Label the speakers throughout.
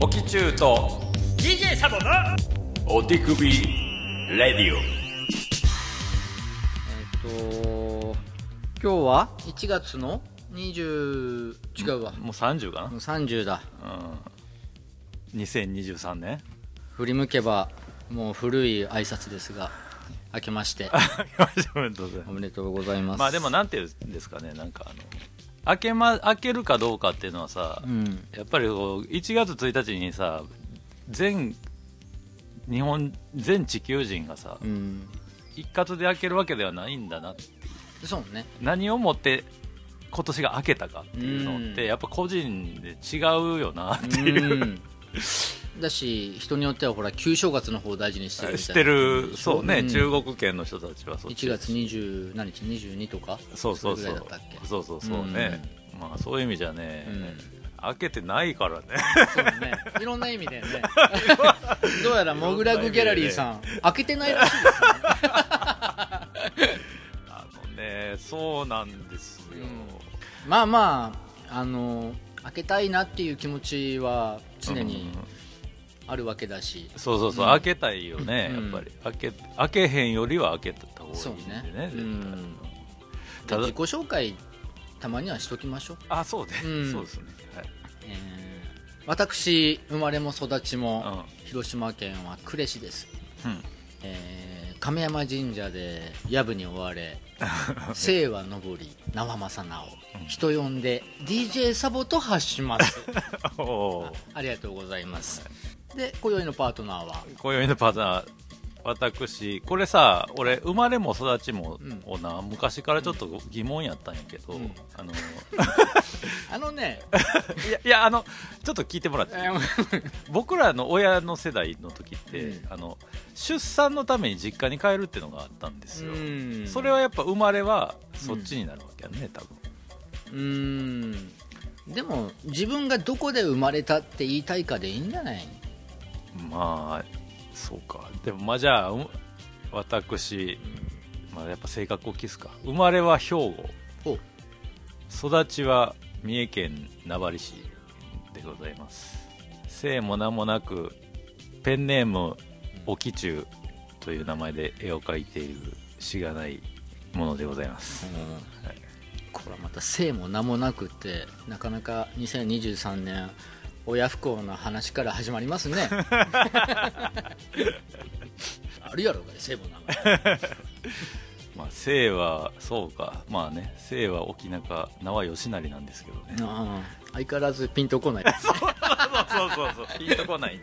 Speaker 1: オキチューと
Speaker 2: DJ サボの
Speaker 3: お手首レディオ
Speaker 4: えっと、今日は1月の20、違うわ。
Speaker 1: もう30か
Speaker 4: もう30だ。
Speaker 1: な、うん、2023年
Speaker 4: 振り向けば、もう古い挨拶ですが、明けまして、
Speaker 1: おめでとうござい
Speaker 4: お
Speaker 1: ます
Speaker 4: めでとうございます。
Speaker 1: まあでもなんていうんですかねなんかあの開け,、ま、開けるかどうかっていうのはさ、
Speaker 4: うん。
Speaker 1: やっぱりこう1月1日にさ全日本全地球人がさ、
Speaker 4: うん。
Speaker 1: 一括で開けるわけではないんだな
Speaker 4: そ うね。
Speaker 1: 何をもって今年が開けたかっていうのって、
Speaker 4: うん
Speaker 1: やっぱ個人で違うよなっていう、
Speaker 4: うん。だし、人によってはほら、旧正月の方を大事にしてるみたいな。
Speaker 1: してるそうね、
Speaker 4: ん
Speaker 1: 中国圏の人たちはそっち
Speaker 4: 1月20何日22とか
Speaker 1: そうそう
Speaker 4: れ
Speaker 1: そう
Speaker 4: ぐらいだったっけ
Speaker 1: そうそうそうね、まあそういう意味じゃね、
Speaker 4: うん
Speaker 1: 開けてないからね
Speaker 4: そうねいろんな意味でねどうやらモグラグギャラリーさん開けてないらしいです
Speaker 1: あのねそうなんですよ、
Speaker 4: まあまああの開けたいなっていう気持ちは常にあるわけだし、
Speaker 1: そうそうそう、
Speaker 4: うん
Speaker 1: 開けたいよね、
Speaker 4: うん
Speaker 1: やっぱり開け開けへんよりは開けた方がいい
Speaker 4: そうん
Speaker 1: でね
Speaker 4: ね
Speaker 1: 絶対
Speaker 4: うん
Speaker 1: ただ
Speaker 4: 自己紹介たまにはしときましょう、
Speaker 1: あそうね、
Speaker 4: うん
Speaker 1: そうですね、はい
Speaker 4: えー私生まれも育ちも、
Speaker 1: う
Speaker 4: 広島県は呉市です、
Speaker 1: うん
Speaker 4: えー亀山神社で藪に追 われ生は昇り生正直人呼んで DJ サボと発します
Speaker 1: おー
Speaker 4: ありがとうございますで今宵のパートナーは
Speaker 1: 今宵のパートナー私これさ俺生まれも育ちも
Speaker 4: うん
Speaker 1: をな、昔からちょっと疑問やったんやけど、
Speaker 4: うん
Speaker 1: あの
Speaker 4: あ のね、
Speaker 1: いやいやあのちょっと聞いてもらっていい
Speaker 4: えー
Speaker 1: 僕らの親の世代の時って、
Speaker 4: う
Speaker 1: あの出産のために実家に帰るっていうのがあったんですよ、
Speaker 4: うん
Speaker 1: それはやっぱ生まれはそっちになるわけやね、多分
Speaker 4: うーんでも自分がどこで生まれたって言いたいかでいいんじゃない
Speaker 1: まあそうかでもまあじゃあう私、まあ、やっぱ性格を期すか生まれは兵庫
Speaker 4: お
Speaker 1: 育ちは三重県名張市でございます姓も名もなくペンネームおきちゅうという名前で絵を描いているしがないものでございますはい
Speaker 4: これはまた姓も名もなくってなかなか2023年親不幸の話から始まります ねあるやろうが姓も名も
Speaker 1: まあ姓はそうかまあね姓は沖中名は吉成なんですけど ね
Speaker 4: あー相変わらずピンとこないで す、
Speaker 1: そうそう そうピンとこない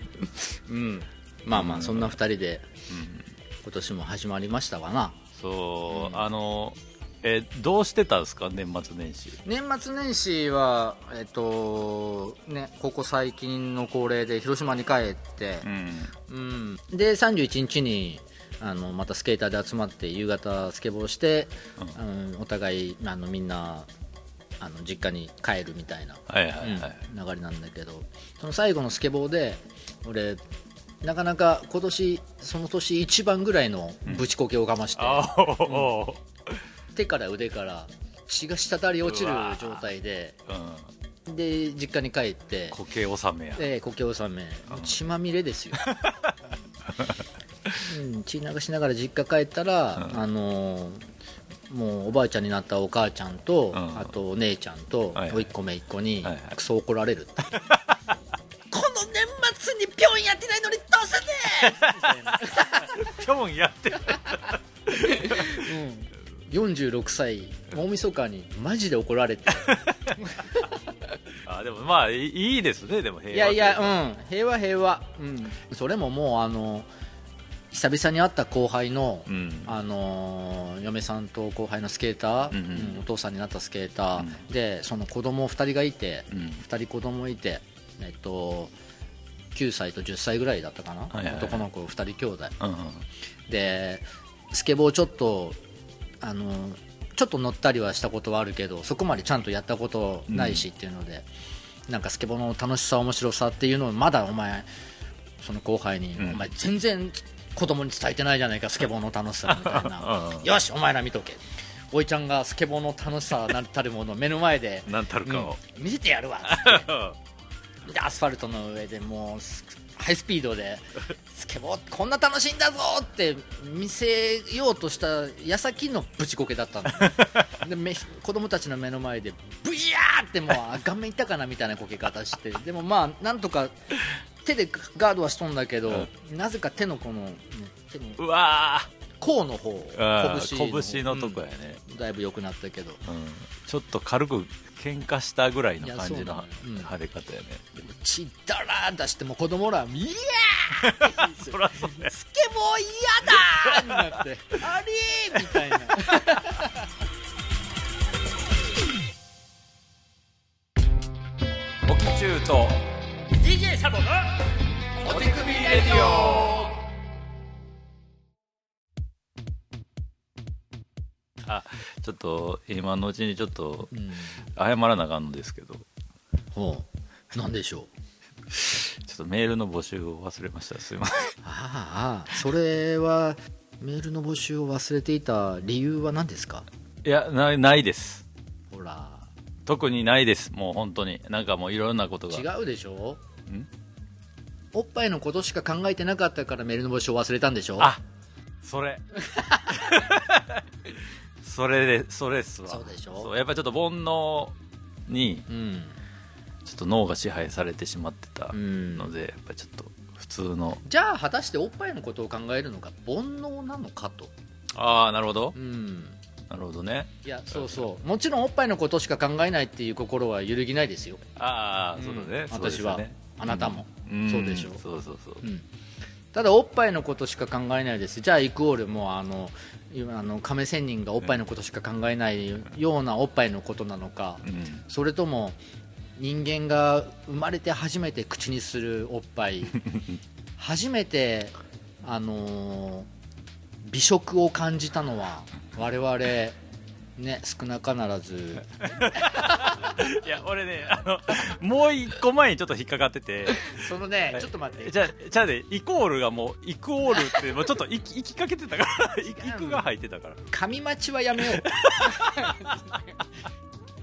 Speaker 4: うん、まあまあそんな2人で今年も始まりましたわな
Speaker 1: そう、あのえどうしてたんですか年末年始
Speaker 4: 年末年始はえっとねここ最近の恒例で広島に帰って、
Speaker 1: ん
Speaker 4: うん、で31日にあのまたスケーターで集まって夕方スケボーして、うんお互いあのみんなあの実家に帰るみたいな、
Speaker 1: はいはいはい、
Speaker 4: うん流れなんだけどその最後のスケボーで俺なかなか今年その年一番ぐらいのぶちこけを我慢して、
Speaker 1: あお
Speaker 4: 手から腕から血が滴り落ちる状態で
Speaker 1: うん、うん、
Speaker 4: で実家に帰って
Speaker 1: 固形納めや
Speaker 4: ええこけ納め血まみれで すよ、うん、血流しながら実家帰ったら、あのーもうおばあちゃんになったお母ちゃんと、
Speaker 1: うん
Speaker 4: あとお姉ちゃんと、
Speaker 1: はいはい
Speaker 4: おいっ子めいっ子に、
Speaker 1: はいはい
Speaker 4: クソ怒られる っていうこの年末に病院やってないのにどうせね
Speaker 1: ピョンやってる
Speaker 4: 46歳大晦日にマジで怒られて
Speaker 1: あでもまあいいいですねでも平和
Speaker 4: いやい
Speaker 1: うん
Speaker 4: やうん平和平和、うん、それももうあの久々に会った後輩の、
Speaker 1: うん
Speaker 4: あのー嫁さんと後輩のスケーター、
Speaker 1: うんうん
Speaker 4: うんお父さんになったスケーター、でその子供2人がいて、
Speaker 1: うん
Speaker 4: 2人子供いて、えっと、9歳と10歳ぐらいだったかな、
Speaker 1: はいはいはい
Speaker 4: 男の子2人兄弟
Speaker 1: うん
Speaker 4: でスケボーちょっと、あのーちょっと乗ったりはしたことはあるけどそこまでちゃんとやったことないしっていうので、なんかスケボーの楽しさ面白さっていうのをまだお前その後輩に、
Speaker 1: ん
Speaker 4: お前全然子供に伝えてないじゃないかスケボーの楽しさみたいな
Speaker 1: うん
Speaker 4: よしお前ら見とけおいちゃんがスケボーの楽しさなんたるものを目の前で
Speaker 1: なんたるかを
Speaker 4: うん見せてやるわっつってでアスファルトの上でもうすハイスピー ドでスケボーこんな楽しいんだぞって見せようとした矢先のぶちこけだっ たのでめ子供たちの目の前でブイヤーってもうあ顔面いったかなみたいなこけ方してでもまあなんとか手でガードはしとんだけど、なぜか手のこの、ね、手の
Speaker 1: うわ
Speaker 4: 甲の方
Speaker 1: ー
Speaker 4: 拳
Speaker 1: うん拳のとこや
Speaker 4: うん
Speaker 1: ね、
Speaker 4: だいぶ良くなったけど
Speaker 1: うんちょっと軽く喧嘩したぐらいの感じ
Speaker 4: いやそ
Speaker 1: の
Speaker 4: うなのようん
Speaker 1: 腫れ方やね、
Speaker 4: でも血だらー出してもう子供らは「いやー! 」
Speaker 1: そらそうや
Speaker 4: スケボー嫌だ!」になって「あれ!」みたいな
Speaker 1: オキチューと
Speaker 3: DJ サボのお手首レディオ
Speaker 1: あちょっと今のうちにちょっと
Speaker 4: うん
Speaker 1: 謝らなあかんのですけどちょ
Speaker 4: ほうなんでしょう
Speaker 1: っとメールの募集を忘れましたすいません
Speaker 4: ああそれはメールの募集を忘れていた理由は何ですか
Speaker 1: いやないないです
Speaker 4: ほら
Speaker 1: 特にないですもう本当になんかもういろんなことが
Speaker 4: 違うでしょ
Speaker 1: ん
Speaker 4: おっぱいのことしか考えてなかったからメールの募集を忘れたんでしょ
Speaker 1: あそれ それでそれっすわ
Speaker 4: そうでしょ
Speaker 1: そうやっぱちょっと煩悩に
Speaker 4: うん
Speaker 1: ちょっと脳が支配されてしまってた
Speaker 4: うん
Speaker 1: ので、やっぱちょっと普通の
Speaker 4: じゃあ果たしておっぱいのことを考えるのが煩悩なのかと
Speaker 1: ああなるほど
Speaker 4: うん
Speaker 1: なるほどね
Speaker 4: いやそうそうもちろんおっぱいのことしか考えないっていう心は揺るぎないですよ
Speaker 1: ああそうだね、
Speaker 4: うん
Speaker 1: そうです
Speaker 4: 私
Speaker 1: よ
Speaker 4: は、
Speaker 1: ね
Speaker 4: あなたも、
Speaker 1: ん
Speaker 4: そうでしょう
Speaker 1: そうそうそう、
Speaker 4: うんただおっぱいのことしか考えないですじゃあイクオールもうあの今あの亀仙人がおっぱいのことしか考えないようなおっぱいのことなのか、
Speaker 1: うん
Speaker 4: それとも人間が生まれて初めて口にするおっ ぱい初めてあのー美食を感じたのは我々ね少なからず
Speaker 1: いや俺ねあのもう一個前にちょっと引っかかってて
Speaker 4: そのねちょっと待って
Speaker 1: じゃあじゃあねイコールがもうイクオールってもうちょっと行 き行きかけてたからいイクが入ってたから
Speaker 4: 神待ちはやめよ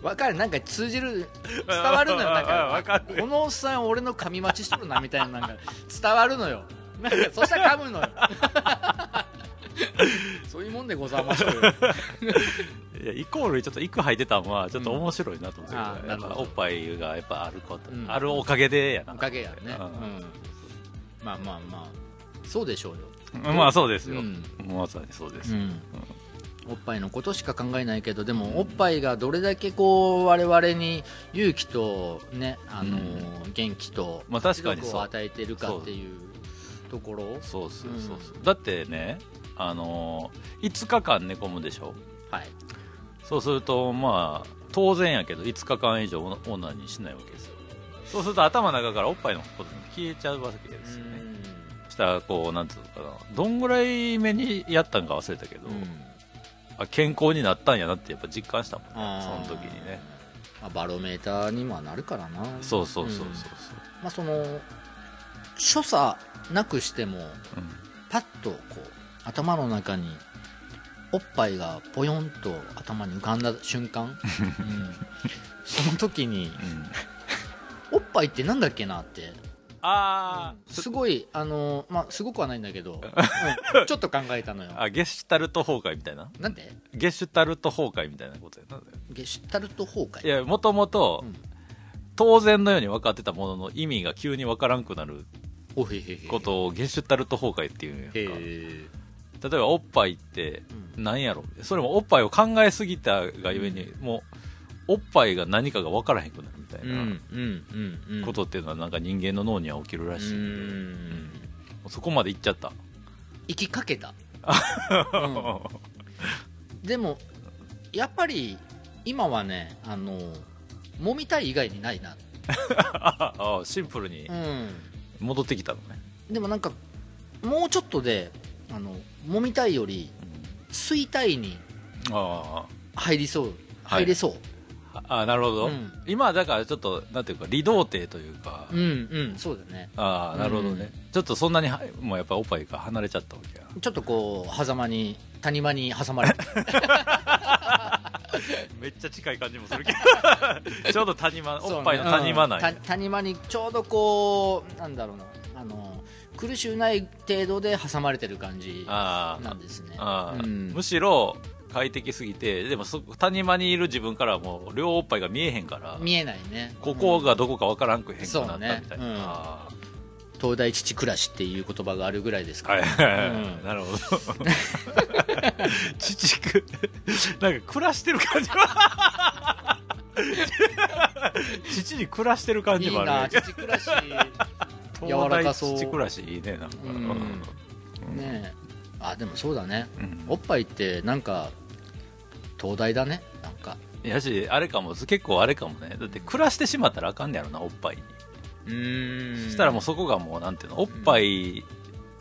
Speaker 4: う わかるなんか通じる伝わるのよなんか
Speaker 1: わかる
Speaker 4: このおっさん俺の神待ちしとるなみたいななんか伝わるのよなんかそしたら噛む のよそういうもんでございましょうよ
Speaker 1: いやイコールにちょっとイク入ってたんはちょっと面白いなと思って、
Speaker 4: うんあー
Speaker 1: やっ
Speaker 4: なる
Speaker 1: ぱ
Speaker 4: ほど
Speaker 1: おっぱいがやっぱあること、
Speaker 4: うん
Speaker 1: あるおかげでやな
Speaker 4: おかげやね、
Speaker 1: う
Speaker 4: うんん、まあまあまあそうでしょうよ
Speaker 1: まあそうですよ、
Speaker 4: うん
Speaker 1: まさにそうです、
Speaker 4: おっぱいのことしか考えないけどでもおっぱいがどれだけこう我々に勇気とねあのー元気と
Speaker 1: まあ確かにそう
Speaker 4: 力を与えてるかっていうところ
Speaker 1: そうそうそうそう、だってねあのー、5日間寝込むでしょ
Speaker 4: はい
Speaker 1: そうするとまあ当然やけど5日間以上オナニーしないわけですよそうすると頭の中からおっぱいのことに消えちゃうわけですよね、そしたらこうなんていうのかなどんぐらい目にやったんか忘れたけど、
Speaker 4: うん
Speaker 1: あ健康になったんやなってやっぱ実感したもんねそ
Speaker 4: あ
Speaker 1: の
Speaker 4: ー
Speaker 1: 時にね
Speaker 4: まあバロメーターにもはなるからな
Speaker 1: そうそうそうそう
Speaker 4: まあその所作なくしても
Speaker 1: そう、うん
Speaker 4: パッとこう頭の中におっぱいがぽよんと頭に浮かんだ瞬 間、うんその時におっぱいってなんだっけなって
Speaker 1: あー
Speaker 4: すごいあのまあすごくはないんだけど、うんちょっと考えたのよ
Speaker 1: あゲシュタルト崩壊みたいな
Speaker 4: なんで
Speaker 1: ゲシュタルト崩壊みたいなことやな
Speaker 4: ゲシュタルト崩
Speaker 1: い
Speaker 4: 壊
Speaker 1: やもともと
Speaker 4: うん
Speaker 1: 当然のように分かってたものの意味が急に分からんくなる
Speaker 4: おへへへ
Speaker 1: ことをゲシュタルト崩壊っていうんやんか
Speaker 4: へ
Speaker 1: 例え
Speaker 4: え
Speaker 1: ばおっぱいって
Speaker 4: う
Speaker 1: 何やろそれもおっぱいを考えすぎたがゆえにもうおっぱいが何かが分からへんくなるみた
Speaker 4: う
Speaker 1: い
Speaker 4: ん
Speaker 1: な
Speaker 4: うんうんうん
Speaker 1: ことっていうのはなんか人間の脳には起きるら
Speaker 4: う
Speaker 1: しいんで
Speaker 4: ん
Speaker 1: そこまで行っちゃった
Speaker 4: 生きかけた、うんでもやっぱり今はねあの揉みたい以外にないな、
Speaker 1: ああシンプルに
Speaker 4: う
Speaker 1: 戻ってきたのね、
Speaker 4: ん、でもなんかもうちょっとであの揉みたいより吸いたいに
Speaker 1: あ
Speaker 4: 入りそう
Speaker 1: はい
Speaker 4: 入れそう、
Speaker 1: ああなるほど、
Speaker 4: うん
Speaker 1: 今はだからちょっとなんていうか理童貞というか、
Speaker 4: うんうんそうだね
Speaker 1: ああなるほどね、ちょっとそんなにはもうやっぱおっぱいが離れちゃったわけや
Speaker 4: ちょっとこう狭間に谷間に挟まれて
Speaker 1: めっちゃ近い感じもするけど ちょうど谷間
Speaker 4: そうね
Speaker 1: おっぱいの谷間な
Speaker 4: うんんた
Speaker 1: や
Speaker 4: 谷間にちょうどこうなんだろうなあの苦しゅうない程度で挟まれてる感じ
Speaker 1: あ
Speaker 4: なんですね
Speaker 1: あああ
Speaker 4: うん
Speaker 1: むしろ快適すぎてでもそ谷間にいる自分からはもう両おっぱいが見えへんから
Speaker 4: 見えないね
Speaker 1: ここ
Speaker 4: う
Speaker 1: がどこかわからんく変化になったみたいな、
Speaker 4: そうねうん
Speaker 1: あ
Speaker 4: ん東大父暮らしっていう言葉があるぐらいです
Speaker 1: ー
Speaker 4: か
Speaker 1: はい
Speaker 4: ら、
Speaker 1: はい なるほど父くなんか暮らしてる感じ は父に暮らしてる感
Speaker 4: い
Speaker 1: じ
Speaker 4: い
Speaker 1: もあ
Speaker 4: な
Speaker 1: るね
Speaker 4: 父暮らし
Speaker 1: 東大
Speaker 4: 柔らかそう
Speaker 1: 父暮らしいいねなんか、
Speaker 4: う
Speaker 1: うんん
Speaker 4: ねえあでもそうだね、
Speaker 1: うん
Speaker 4: おっぱいってなんか東大だねなんか
Speaker 1: やしあれかも結構あれかもねだって暮らしてしまったらあかんねやろなおっぱいに、
Speaker 4: うーん
Speaker 1: そしたらもうそこがもうなんていうのおっぱい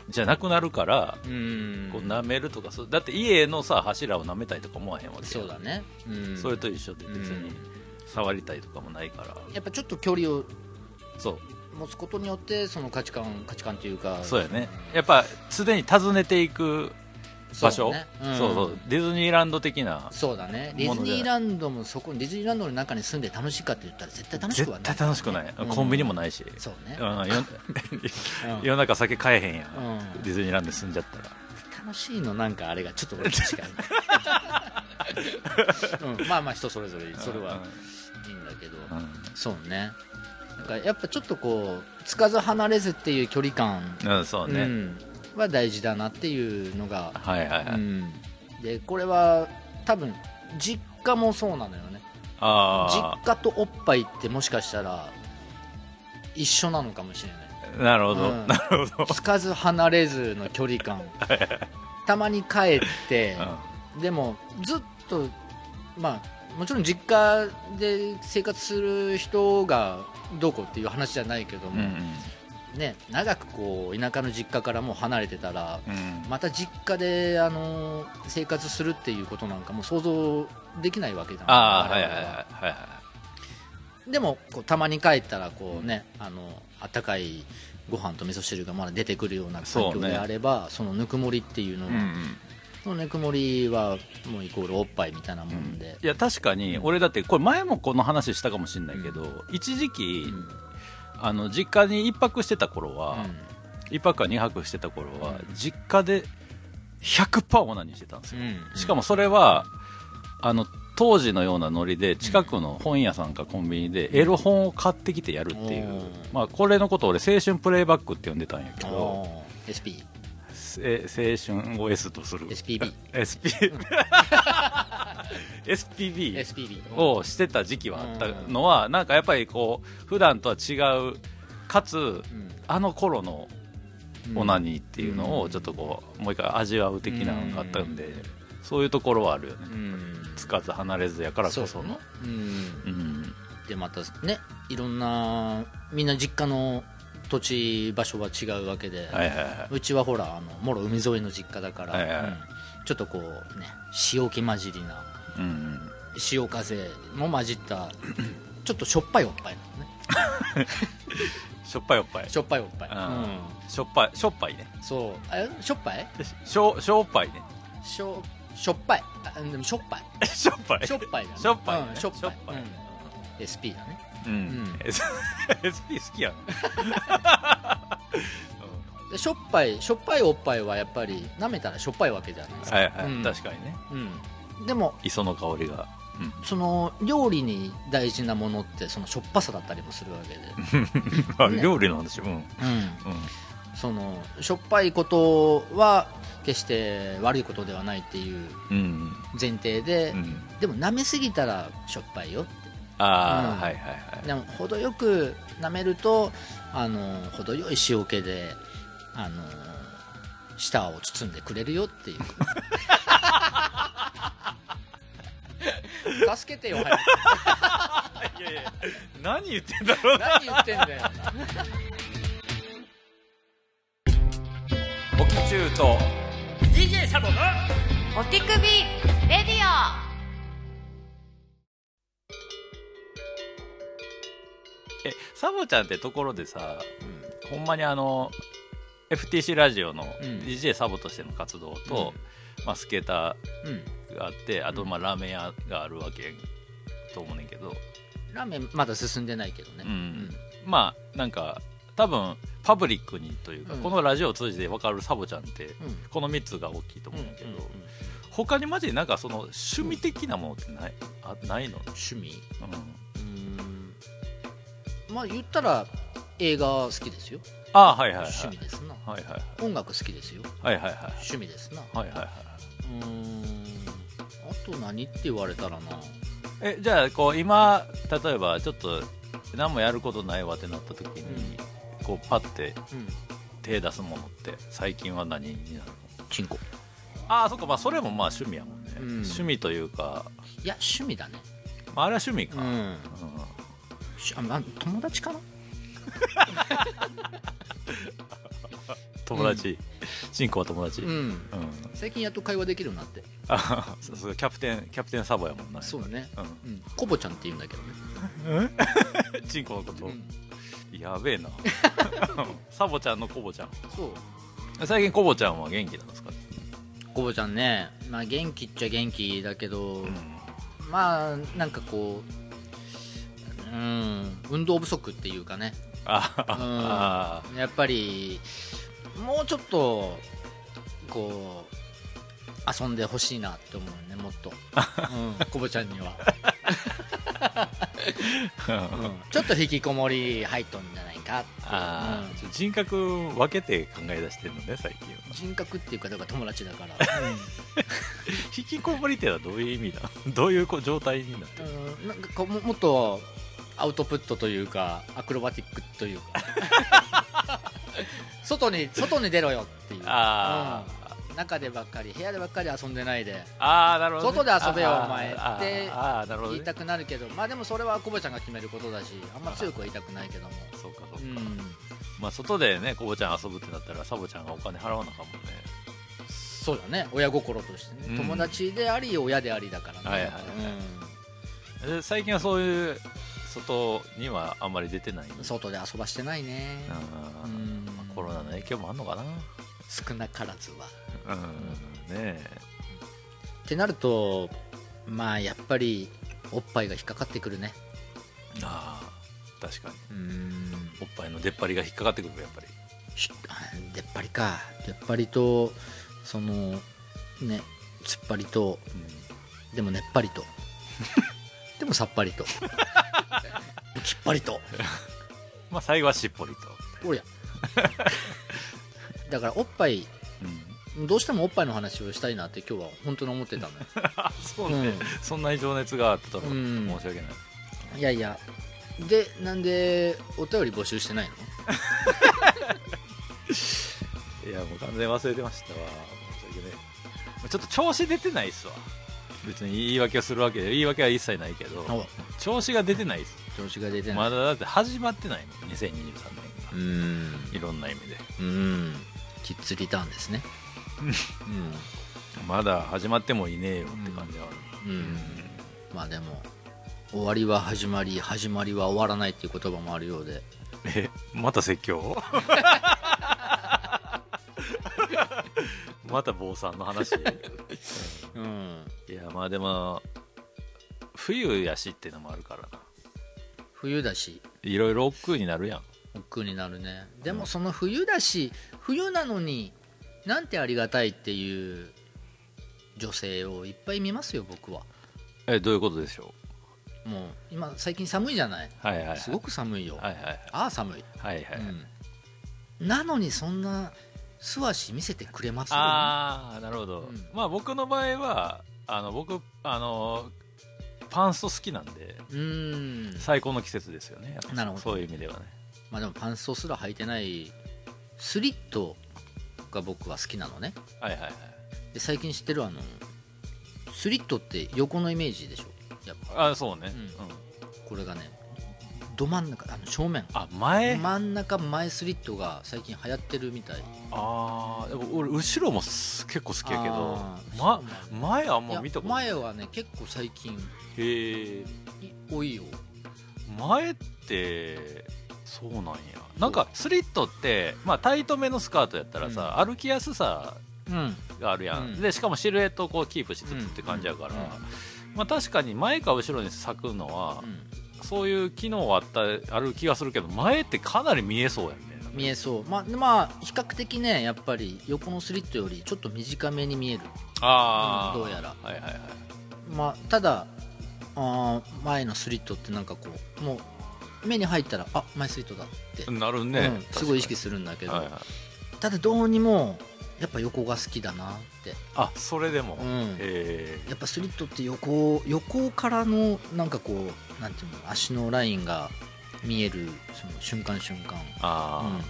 Speaker 1: じゃなくなるから、
Speaker 4: うーん
Speaker 1: こう舐めるとかそうだって家のさ柱を舐めたいとか思わへんわけやん
Speaker 4: そうだね、うん、
Speaker 1: それと一緒で別
Speaker 4: う
Speaker 1: に
Speaker 4: ん
Speaker 1: 触りたいとかもないから
Speaker 4: やっぱちょっと距離を
Speaker 1: そう
Speaker 4: 持つことによってその価値観価値観というか
Speaker 1: そうやね
Speaker 4: ん
Speaker 1: やっぱ常に訪ねていく場所そう,、
Speaker 4: そうね
Speaker 1: そう
Speaker 4: うん
Speaker 1: ディズニーランド的な
Speaker 4: そうだねディズニーランドもそこディズニーランドの中に住んで楽しいかって言ったら絶対楽しくは
Speaker 1: 絶
Speaker 4: ない
Speaker 1: 対楽しくない、
Speaker 4: うん
Speaker 1: コンビニもないし、
Speaker 4: そうね
Speaker 1: うん、よ
Speaker 4: うん
Speaker 1: 夜中酒買えへんやん、
Speaker 4: うん
Speaker 1: ディズニーランド住んじゃったら
Speaker 4: 楽しいのなんかあれがちょっと俺と違う、うん、まあまあ人それぞれそれはいいんだけど、
Speaker 1: うんうん
Speaker 4: そうねなんかやっぱちょっとこうつかず離れずっていう距離感、
Speaker 1: うん、そうね、
Speaker 4: うんは大事だなっていうのが
Speaker 1: はいはいはい、
Speaker 4: うん、でこれは多分実家もそうなのよね
Speaker 1: あ
Speaker 4: 実家とおっぱいってもしかしたら一緒なのかもしれな い
Speaker 1: あなるほど、
Speaker 4: うん
Speaker 1: なるほど、
Speaker 4: つかず離れずの距 離感たまに帰って、でもずっとまあもちろん実家で生活する人がどうこうっていう話じゃないけど
Speaker 1: うんう
Speaker 4: も、
Speaker 1: ん
Speaker 4: ね、長くこう田舎の実家からもう離れてたら、
Speaker 1: うん
Speaker 4: また実家で、あのー生活するっていうことなんかもう想像できないわけだ
Speaker 1: ああ
Speaker 4: 我
Speaker 1: はい
Speaker 4: 々
Speaker 1: は
Speaker 4: はい
Speaker 1: はいはいはい
Speaker 4: でもこうたまに帰ったらこうね、あの温かいご飯と味噌汁がまだ出てくるような環
Speaker 1: そ
Speaker 4: 境
Speaker 1: うね
Speaker 4: であればそ,、のぬくもりっていうのは、
Speaker 1: うん
Speaker 4: そのぬくもりはもうイコールおっぱいみたいなもんで、
Speaker 1: いや確かに俺だってこれ前もこの話したかもしれないけど、一時期、
Speaker 4: ん
Speaker 1: あの実家に一泊してた頃は、一泊か二泊してた頃は実家で100%オナニーしてたんですよ、しか
Speaker 4: も
Speaker 1: もそれはあの当時のようなノリで近くの本屋さんかコンビニでエロ本を買ってきてやるっていう、
Speaker 4: うん
Speaker 1: まあ、これのことを俺青春プレイバックって呼んでたんやけど
Speaker 4: SP
Speaker 1: せ青春を S とする
Speaker 4: SPB
Speaker 1: SP SPB
Speaker 4: SPB
Speaker 1: をしてた時期はあったのは、なんかやっぱりこう普段とは違うかつあの頃のオナニーっていうのをちょっとこうもう一回味わう的なのがあったんで、
Speaker 4: うん
Speaker 1: そういうところはあるよね、
Speaker 4: うん
Speaker 1: つかず離れずやからこそ
Speaker 4: そう
Speaker 1: の
Speaker 4: ねうん
Speaker 1: うん
Speaker 4: でまたねいろんなみんな実家の土地場所は違うわけで、
Speaker 1: はいはいは
Speaker 4: うちはほらあのもろ海沿いの実家だから、
Speaker 1: はいはいはい、
Speaker 4: うんちょっとこうね塩気混じりな
Speaker 1: う
Speaker 4: い
Speaker 1: ん、
Speaker 4: 潮風も混じったちょっとしょっぱいおっぱいなのね
Speaker 1: しょっぱいおっぱい
Speaker 4: しょっぱいおっぱい、
Speaker 1: うんしょっぱいしょっぱいね
Speaker 4: うんそうえしょっぱい
Speaker 1: しょしょっぱいね
Speaker 4: しょしょっぱいあでもしょっぱい
Speaker 1: しょっぱい
Speaker 4: しょっぱいだね
Speaker 1: しょっぱいね
Speaker 4: うんしょっ
Speaker 1: し
Speaker 4: ぱい
Speaker 1: ょっぱいね
Speaker 4: SP だね
Speaker 1: うん、
Speaker 4: ん
Speaker 1: S- SP 好きやん
Speaker 4: でしょっぱいしょっぱいおっぱいはやっぱり舐めたらしょっぱいわけじゃないですか、
Speaker 1: はいはい、
Speaker 4: うん
Speaker 1: 確かにね
Speaker 4: うん、でも
Speaker 1: 磯の香りが、うん
Speaker 4: その料理に大事なものってそのしょっぱさだったりもするわけ で、
Speaker 1: まあ
Speaker 4: ね
Speaker 1: 料理の話うん、うん、
Speaker 4: うん、そのしょっぱいことは決して悪いことではないっていう
Speaker 1: うん
Speaker 4: 前提で、
Speaker 1: うん
Speaker 4: でも舐めすぎたらしょっぱいよって
Speaker 1: ああ、
Speaker 4: うん
Speaker 1: はいはいはい
Speaker 4: でも程よく舐めるとあの程よい塩気であの舌を包んでくれるよっていう 助けてよ早く
Speaker 1: いやいや何言ってんだろう
Speaker 4: 何言ってんだよ
Speaker 1: おきちゅうと
Speaker 3: DJ サボの
Speaker 2: お手首レディオ
Speaker 1: えサボちゃんってところでさ、ほんまにあの FTC ラジオの
Speaker 4: うん
Speaker 1: DJ サボとしての活動と、まあ、スケータ
Speaker 4: う
Speaker 1: ー
Speaker 4: ん
Speaker 1: があってあとまあラーメン屋があるわけやと思うねんけど、
Speaker 4: ラーメンまだ進んでないけどね、
Speaker 1: うんまあなんか多分パブリックにというか、
Speaker 4: うん
Speaker 1: このラジオを通じて分かるサボちゃんって、
Speaker 4: うん
Speaker 1: この3つが大きいと思うんだけど、
Speaker 4: うんうんうん
Speaker 1: 他にマジでなんかその趣味的なものってない,、あないの、
Speaker 4: 趣味
Speaker 1: うん、
Speaker 4: うーんまあ言ったら映画好きですよ
Speaker 1: ああはいはいはい
Speaker 4: 趣味ですな
Speaker 1: はいはい
Speaker 4: 音楽好きですよ
Speaker 1: はいはいはいはい
Speaker 4: 趣味ですなう
Speaker 1: はいはいはい
Speaker 4: ーんあと何って言われたらな
Speaker 1: えじゃあこう今例えばちょっと何もやることないわってなった時に、こうパッて
Speaker 4: うん
Speaker 1: 手出すものって最近は何になるの
Speaker 4: チンコ
Speaker 1: ああそっかまあそれもまあ趣味やもんね、
Speaker 4: うん
Speaker 1: 趣味というか、
Speaker 4: いや趣味だね
Speaker 1: まあ、あれは趣味か、う
Speaker 4: ん
Speaker 1: ん
Speaker 4: しあま友達かな
Speaker 1: 友達、チンコは友達、うん
Speaker 4: ん最近やっと会話できるようになって
Speaker 1: あそうそうキャプテンキャプテンサボやもんな
Speaker 4: そうね
Speaker 1: う
Speaker 4: うんコボちゃんって言うんだけどね
Speaker 1: ん、チンコのこと、
Speaker 4: うん
Speaker 1: やべえ なサボちゃんのコボちゃん
Speaker 4: そう
Speaker 1: 最近コボちゃんは元気なんですか、
Speaker 4: コボちゃんねまあ元気っちゃ元気だけど
Speaker 1: うん、
Speaker 4: まあなんかこううん運動不足っていうかね
Speaker 1: あ
Speaker 4: う
Speaker 1: あ
Speaker 4: んやっぱりもうちょっとこう遊んでほしいなって思うねもっ と、うん、コボちゃんには、うんちょっと引きこもり入っとんじゃないかっていう
Speaker 1: あ
Speaker 4: うん
Speaker 1: ー、ちょ人格分けて考え出してるのね最近は
Speaker 4: 人格っていうかだから友達だから、
Speaker 1: 引きこもりってのは どういう意味だどういうこう状態になってる
Speaker 4: うんなんかこうももっとアウトプットというかアクロバティックというか 外に外に出ろよっていう、
Speaker 1: あー
Speaker 4: うん中でばっかり部屋でばっかり遊んでないで
Speaker 1: あーなるほどね、
Speaker 4: 外で遊べよ
Speaker 1: あー
Speaker 4: お前
Speaker 1: あー
Speaker 4: って
Speaker 1: あーなるほど、
Speaker 4: 言
Speaker 1: ね
Speaker 4: い、たくなるけどまあでもそれはコボちゃんが決めることだしあんま強くは言いたくないけども
Speaker 1: そうかそう
Speaker 4: う
Speaker 1: か、
Speaker 4: ん
Speaker 1: まあ外でねコボちゃん遊ぶってなったらサボちゃんがお金払わなあかんもんね
Speaker 4: そうだね親心として
Speaker 1: う
Speaker 4: ね、
Speaker 1: ん
Speaker 4: 友達であり親でありだからね、
Speaker 1: はいはいはいえ最近はそういう外にはあんまり出てない
Speaker 4: うん
Speaker 1: の
Speaker 4: 外で遊ばしてないね
Speaker 1: あー
Speaker 4: うん
Speaker 1: まあコロナの影響もあんのかな
Speaker 4: 少なからずは
Speaker 1: うんねえ
Speaker 4: ってなるとまあやっぱりおっぱいが引っかかってくるね
Speaker 1: ああ確かに
Speaker 4: うん
Speaker 1: おっぱいの出っ張りが引っかかってくるやっぱり
Speaker 4: ひ出っ張りか出っ張りとそのね突っ張りとでもねっぱりと でもさっぱりときっぱりと
Speaker 1: まあ最後はしっぽりと
Speaker 4: おりゃだからおっぱいどうしてもおっぱいの話をしたいなって今日は本当に思ってたのよ
Speaker 1: あそうね、そんなに情熱があったら
Speaker 4: うん
Speaker 1: 申し訳ない、
Speaker 4: いやいやでなんでお便り募集してないの
Speaker 1: いやもう完全に忘れてましたわ申し訳ねえちょっと調子出てないっすわ別に言い訳をするわけで言い訳は一切ないけど
Speaker 4: お
Speaker 1: 調子が出てないっす
Speaker 4: 調子が出てない、
Speaker 1: まだだって始まってないもん2023年
Speaker 4: う
Speaker 1: が
Speaker 4: ん
Speaker 1: いろんな意味で
Speaker 4: うんキッズリターンですねうん
Speaker 1: まだ始まってもいねえよって感じはある、
Speaker 4: うんまあでも終わりは始まり始まりは終わらないっていう言葉もあるようで
Speaker 1: えまた説 教 また坊さんの話
Speaker 4: うん
Speaker 1: いやまあでも冬やしってのもあるからな
Speaker 4: 冬だし
Speaker 1: いろいろ億劫になるやん
Speaker 4: 億劫になるねでもその冬だし冬なのになんてありがたいっていう女性をいっぱい見ますよ僕は
Speaker 1: えどういうことでしょ
Speaker 4: もう今最近寒いじゃないう
Speaker 1: はいはいはい
Speaker 4: すごく寒いよ、
Speaker 1: はいはいはい
Speaker 4: ああ寒い、
Speaker 1: はいはい、
Speaker 4: うんなのにそんな素足見せてくれます
Speaker 1: ああなるほど、
Speaker 4: うん
Speaker 1: まあ僕の場合はあの僕あのパンスト好きなんで
Speaker 4: うん
Speaker 1: 最高の季節ですよねやっぱ
Speaker 4: なるほど
Speaker 1: そういう意味ではね
Speaker 4: まあでもパンストすら履いてないスリットが僕は好きなのね
Speaker 1: はいはいはい
Speaker 4: で最近知ってるあのスリットって横のイメージでしょやっぱ
Speaker 1: あそうね、
Speaker 4: うん
Speaker 1: うん
Speaker 4: これがねど真ん中あの正面
Speaker 1: あ前、
Speaker 4: 真ん中前スリットが最近流行ってるみたい
Speaker 1: ああでも俺後ろもす結構好きやけど
Speaker 4: あー
Speaker 1: ま
Speaker 4: そう
Speaker 1: 前あん
Speaker 4: い
Speaker 1: ま
Speaker 4: や
Speaker 1: 見たことない
Speaker 4: 前はね結構最近
Speaker 1: へえ
Speaker 4: い多いよ
Speaker 1: 前ってそうなんやなんかスリットって、まあ、タイトめのスカートやったらさ、歩きやすさ
Speaker 4: うん
Speaker 1: があるやん、
Speaker 4: うん
Speaker 1: でしかもシルエットをこうキープしつつって感じやから、まあ、確かに前か後ろに咲くのは、そういう機能はあったある気がするけど前ってかなり見えそうやね
Speaker 4: 見えそうまあでまあ比較的ねやっぱり横のスリットよりちょっと短めに見える
Speaker 1: ああ
Speaker 4: どうやら
Speaker 1: はいはいはい
Speaker 4: まあただあー前のスリットってなんかこうもう目に入ったらあ前スリットだって、
Speaker 1: なるね、
Speaker 4: うんすごい意識するんだけ
Speaker 1: る
Speaker 4: ど、
Speaker 1: はいはい、
Speaker 4: ただどうにもやっぱ横が好きだなって
Speaker 1: あそれでも、
Speaker 4: うん
Speaker 1: え
Speaker 4: やっぱスリットって横横からのなんかこうなんていうの足のラインが見えるその瞬間瞬間
Speaker 1: ー、あ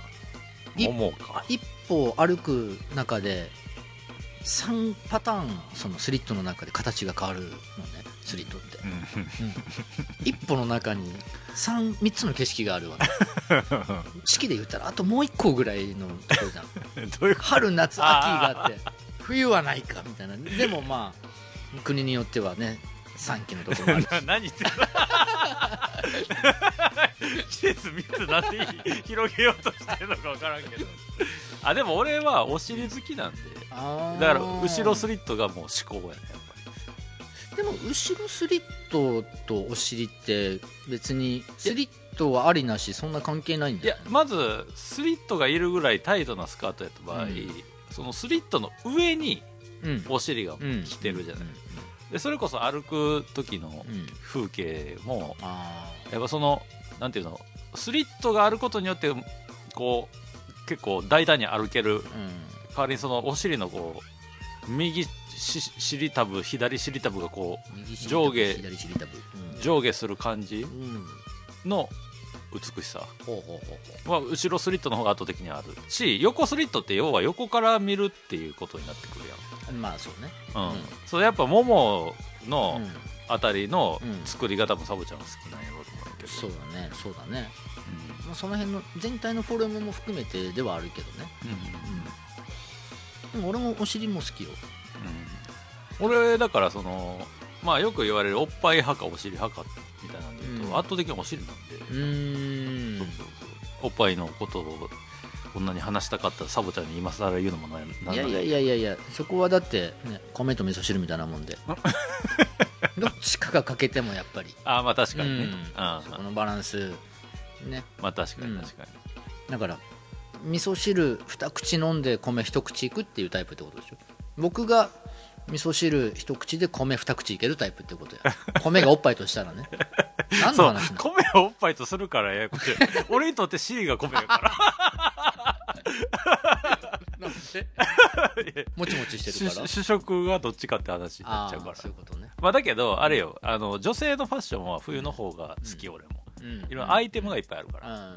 Speaker 4: うん
Speaker 1: あ、ももか
Speaker 4: 一歩歩く中で3パターンそのスリットの中で形が変わるのねスリットって一歩の中に 3, 3つの景色がある わね式で言ったらあともう1個ぐらいのとこ ろじゃん
Speaker 1: どういうこと
Speaker 4: 春夏秋があって冬はないかみたいなでもまあ国によってはね3期のところもあるし
Speaker 1: な 何言ってる季節3つなんで広げようとしてるのか分からんけどあでも俺はお尻好きなんで
Speaker 4: あ ー
Speaker 1: だから後ろスリットがもう思考やねやっぱ
Speaker 4: でも後ろスリットとお尻って別にスリットはありなしそんな関係ないん
Speaker 1: りい
Speaker 4: だよ
Speaker 1: や
Speaker 4: ね
Speaker 1: まずスリットがいるぐらいタイトなスカートやった場合、
Speaker 4: うん
Speaker 1: そのスリットの上に
Speaker 4: うん
Speaker 1: お尻が来てるじゃない、でそれこそ歩く時の
Speaker 4: うんうんうん
Speaker 1: 風景も
Speaker 4: あ
Speaker 1: やっぱそのなんていうのスリットがあることによってこう結構大胆に歩ける
Speaker 4: あうん
Speaker 1: 代わりにそのお尻のこう右し尻タブ左尻タブがこ
Speaker 4: 右尻
Speaker 1: 上下
Speaker 4: 左尻タブ
Speaker 1: う上下する感じ
Speaker 4: うん、うん、
Speaker 1: の美しさ
Speaker 4: ほうほうほうほ
Speaker 1: は後ろスリットの方が圧倒的にあるし横スリットって要は横から見るっていうことになってくる
Speaker 4: うまあそうね
Speaker 1: やん、うん
Speaker 4: うん
Speaker 1: そうやっぱももの
Speaker 4: うん
Speaker 1: あたりの
Speaker 4: うん
Speaker 1: 作り方もサボちゃんは好きなんやろうと思うけど
Speaker 4: そうだねそうだね、
Speaker 1: うん
Speaker 4: まあ、その辺の全体のフォルムも含めてではあるけどねでも俺もお尻も好きよ
Speaker 1: うん俺だからそのまあよく言われるおっぱい派かお尻派かみたいなんで言うと、
Speaker 4: うん
Speaker 1: 圧倒的にお尻なんで、
Speaker 4: うーん
Speaker 1: そうそうそうおっぱいのことをこんなに話したかったサボちゃんに今更言うのもななん
Speaker 4: い
Speaker 1: な
Speaker 4: や
Speaker 1: ん
Speaker 4: いや
Speaker 1: で
Speaker 4: いやいやいやそこはだって、ね、米と味噌汁みたいなもんで どっちかが欠けてもやっぱり
Speaker 1: ああまあ確かにね、
Speaker 4: うん
Speaker 1: あ
Speaker 4: そ
Speaker 1: あ
Speaker 4: このバランスね
Speaker 1: まあ確かに
Speaker 4: うん
Speaker 1: 確かに、
Speaker 4: だから味噌汁二口飲んで米一口いくっていうタイプってことでしょ僕が味噌汁一口で米二口いけるタイプって ことや米がおっぱいとしたらね何の
Speaker 1: そう
Speaker 4: 話なの
Speaker 1: 米をおっぱいとするからややこしい俺にとって C が米や から
Speaker 4: なんで もちもちしてる
Speaker 1: 主
Speaker 4: から
Speaker 1: 主食がどっちかって話にな
Speaker 4: あ
Speaker 1: っちゃうか
Speaker 4: あ
Speaker 1: ら
Speaker 4: そういうことね
Speaker 1: まあだけどあれよあの女性のファッションは冬の方が好き、俺も
Speaker 4: うん
Speaker 1: いろんなアイテムがいっぱいあるから、
Speaker 4: う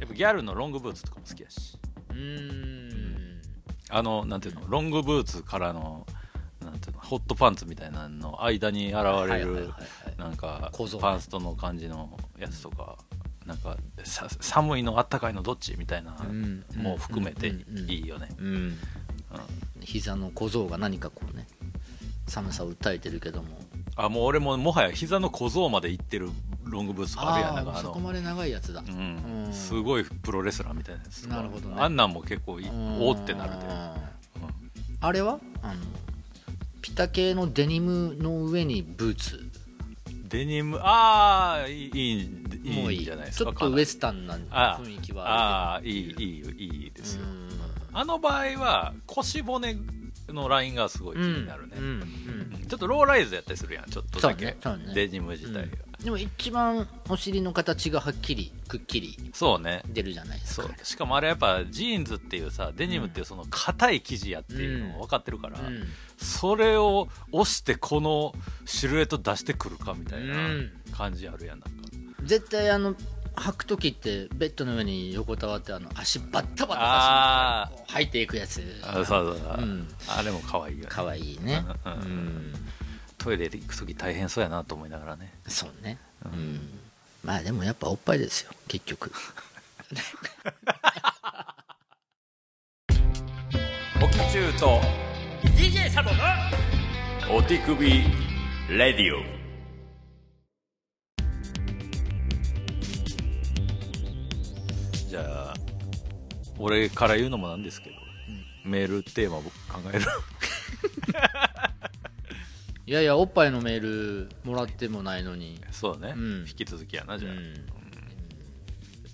Speaker 1: やっぱギャルのロングブーツとかも好きやし
Speaker 4: んうん
Speaker 1: あのなんていうのロングブーツからのなんていうのホットパンツみたいなのの間に現
Speaker 4: は
Speaker 1: れ
Speaker 4: いはいはい
Speaker 1: る
Speaker 4: はい
Speaker 1: なんか
Speaker 4: 構造ね
Speaker 1: パンストの感じのやつとか、なんかさ寒いのあったかいのどっちみたいな、
Speaker 4: ん
Speaker 1: もう含めて
Speaker 4: うんうん
Speaker 1: いいよね、
Speaker 4: うん
Speaker 1: うん
Speaker 4: 膝の小僧が何かこうね寒さを訴えてるけども
Speaker 1: あもう俺ももはや膝の小僧まで行ってるロングブーツとかあるやんなんか
Speaker 4: あー
Speaker 1: あ
Speaker 4: そこ
Speaker 1: の
Speaker 4: まで長いやつだ
Speaker 1: うん
Speaker 4: うん
Speaker 1: すごいプロレスラーみたいなやつとか
Speaker 4: なるほどね
Speaker 1: あんなんも結構いおーってなるで、
Speaker 4: うんあれはあのピタ系のデニムの上にブーツ
Speaker 1: うんデニムああいいいい
Speaker 4: もう
Speaker 1: い
Speaker 4: い
Speaker 1: いん
Speaker 4: い
Speaker 1: じゃないです
Speaker 4: ち
Speaker 1: か
Speaker 4: ょっ
Speaker 1: か
Speaker 4: と
Speaker 1: な
Speaker 4: ウエ
Speaker 1: り
Speaker 4: スタンな
Speaker 1: あ
Speaker 4: 雰囲気はあ
Speaker 1: ああーいいいいいいですよ、
Speaker 4: る
Speaker 1: あの場合は腰骨のラインがすごい
Speaker 4: け
Speaker 1: 気
Speaker 4: どうん
Speaker 1: になるね、
Speaker 4: うんうん
Speaker 1: ちょっとローライズやったりするやんちょっとだけ、
Speaker 4: そうねそうね
Speaker 1: デニム自体が、
Speaker 4: うんでも一番お尻の形がはっきりくっきり
Speaker 1: そうね
Speaker 4: 出るじゃないです
Speaker 1: そ
Speaker 4: か
Speaker 1: うしかもあれやっぱジーンズっていうさデニムっていうその硬い生地やっていうの
Speaker 4: うん
Speaker 1: 分かってるから、
Speaker 4: うん
Speaker 1: それを押してこのシルエット出してくるかみたいな
Speaker 4: うん
Speaker 1: 感じあるやんなんか、
Speaker 4: 絶対あの履く時ってベッドの上に横たわってあの足バッタバタ
Speaker 1: あ
Speaker 4: させてこう履いていくやつ
Speaker 1: あそうそうそう、
Speaker 4: うん
Speaker 1: あれも可愛いよね
Speaker 4: かわいいね
Speaker 1: うんうん
Speaker 4: うん
Speaker 1: トイレで行く時大変そうやなと思いながらね
Speaker 4: そうねうんまあでもやっぱおっぱいですよ結局
Speaker 1: おきちゅうと
Speaker 3: DJ サボの
Speaker 1: お手首レディオじゃあ俺から言うのもなんですけど、メールテーマ僕考える
Speaker 4: いやいやおっぱいのメールもらってもないのに
Speaker 1: そうね、
Speaker 4: うん
Speaker 1: 引き続きやな
Speaker 4: う
Speaker 1: じゃあ、
Speaker 4: んい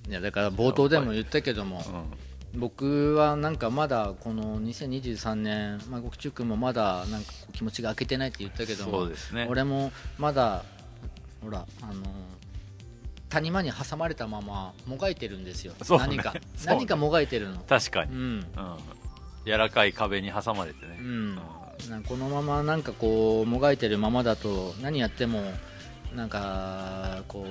Speaker 4: やだから冒頭でも言ったけども、
Speaker 1: うん
Speaker 4: 僕はなんかまだこの2023年、まあ、獄中君もまだなんかこう気持ちが開けてないって言ったけども
Speaker 1: そうですね
Speaker 4: 俺もまだほらあのー谷間に挟まれたままもがいてるんですよ、
Speaker 1: そうね
Speaker 4: 何か
Speaker 1: そうね
Speaker 4: 何かもがいてるの、
Speaker 1: 確かに、
Speaker 4: う
Speaker 1: うん
Speaker 4: ん
Speaker 1: 柔らかい壁に挟まれてね、
Speaker 4: うん、なんかこのままなんかこうもがいてるままだと何やってもなんかこ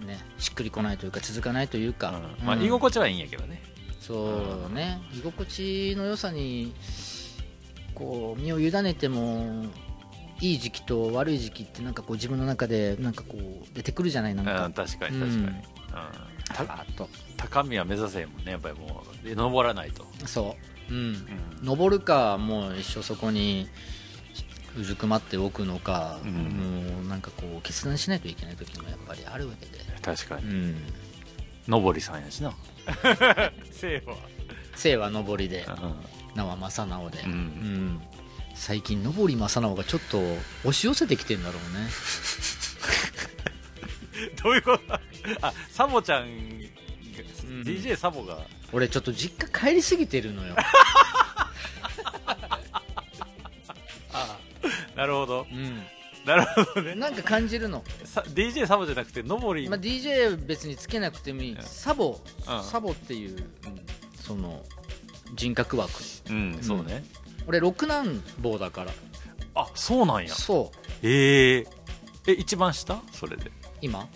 Speaker 4: うねしっくりこないというか続かないというか、
Speaker 1: うんまあ、
Speaker 4: うん
Speaker 1: 居心地はいいんやけどね、
Speaker 4: そうね居心地の良さにこう身を委ねてもいい時期と悪い時期ってなんかこう自分の中でなんかこう出てくるじゃないな
Speaker 1: うんん、
Speaker 4: か、
Speaker 1: 確かに確かに、
Speaker 4: う
Speaker 1: うんん
Speaker 4: パ
Speaker 1: た
Speaker 4: ラッと
Speaker 1: 高みは目指せへんもんねやっぱりもうで登らないと、
Speaker 4: そううん
Speaker 1: うん
Speaker 4: 登るかもう一生そこにうずくまっておくのか、
Speaker 1: うん
Speaker 4: もうなんかこう決断しないといけない時もやっぱりあるわけで
Speaker 1: 確か
Speaker 4: う
Speaker 1: に
Speaker 4: ん
Speaker 1: 上りさんや しなせいは
Speaker 4: 生は上りで
Speaker 1: う
Speaker 4: 名は正直で、
Speaker 1: ん、う、
Speaker 4: うんん、最近上り正直がちょっと押し寄せてきてんだろうね
Speaker 1: どういうことあサボちゃん、
Speaker 4: ん
Speaker 1: DJ サボが
Speaker 4: 俺ちょっと実家帰りすぎてる のよ、
Speaker 1: なるほど
Speaker 4: う
Speaker 1: なるほどね
Speaker 4: ん、なんか感じるの、
Speaker 1: さ DJ サボじゃなくて上り、
Speaker 4: まあ、DJ 別につけなくてもいいサボ、
Speaker 1: うん
Speaker 4: サボっていう、その人格枠
Speaker 1: うんそうね、
Speaker 4: 俺六男坊だから
Speaker 1: あそうなんや
Speaker 4: そう
Speaker 1: えええ一番下それで
Speaker 4: 今